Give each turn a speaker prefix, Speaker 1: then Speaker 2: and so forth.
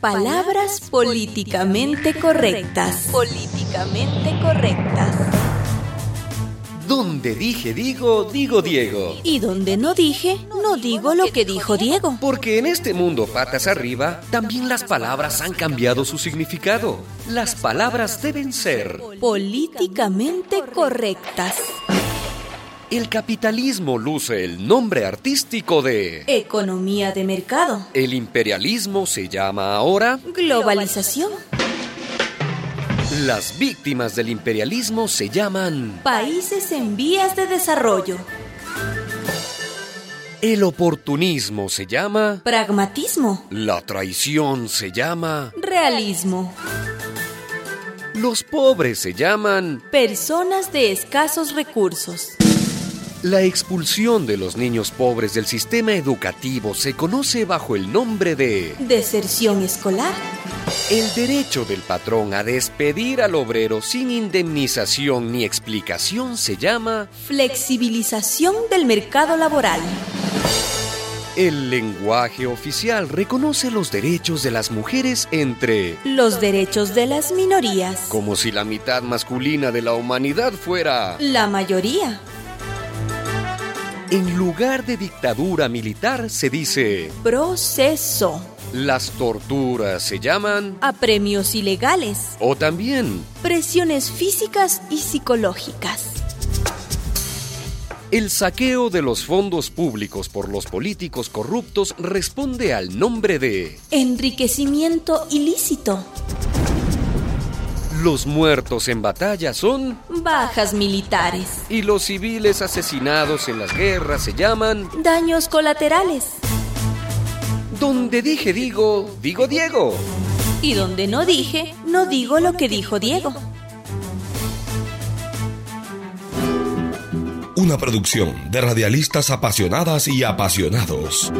Speaker 1: Palabras políticamente correctas. Políticamente correctas.
Speaker 2: Donde dije digo, digo Diego.
Speaker 1: Y donde no dije, no digo lo que dijo Diego.
Speaker 2: Porque en este mundo patas arriba, también las palabras han cambiado su significado. Las palabras deben ser
Speaker 1: Políticamente correctas.
Speaker 2: El capitalismo luce el nombre artístico de...
Speaker 1: Economía de mercado.
Speaker 2: El imperialismo se llama ahora...
Speaker 1: Globalización.
Speaker 2: Las víctimas del imperialismo se llaman...
Speaker 1: Países en vías de desarrollo.
Speaker 2: El oportunismo se llama...
Speaker 1: Pragmatismo.
Speaker 2: La traición se llama...
Speaker 1: Realismo.
Speaker 2: Los pobres se llaman...
Speaker 1: Personas de escasos recursos.
Speaker 2: La expulsión de los niños pobres del sistema educativo se conoce bajo el nombre de...
Speaker 1: Deserción escolar.
Speaker 2: El derecho del patrón a despedir al obrero sin indemnización ni explicación se llama...
Speaker 1: Flexibilización del mercado laboral.
Speaker 2: El lenguaje oficial reconoce los derechos de las mujeres entre...
Speaker 1: Los derechos de las minorías.
Speaker 2: Como si la mitad masculina de la humanidad fuera...
Speaker 1: La mayoría.
Speaker 2: En lugar de dictadura militar se dice...
Speaker 1: Proceso.
Speaker 2: Las torturas se llaman...
Speaker 1: Apremios ilegales.
Speaker 2: O también...
Speaker 1: Presiones físicas y psicológicas.
Speaker 2: El saqueo de los fondos públicos por los políticos corruptos responde al nombre de...
Speaker 1: Enriquecimiento ilícito.
Speaker 2: Los muertos en batalla son...
Speaker 1: Bajas militares.
Speaker 2: Y los civiles asesinados en las guerras se llaman...
Speaker 1: Daños colaterales.
Speaker 2: Donde dije digo, digo Diego.
Speaker 1: Y donde no dije, no digo lo que dijo Diego.
Speaker 3: Una producción de radialistas apasionadas y apasionados.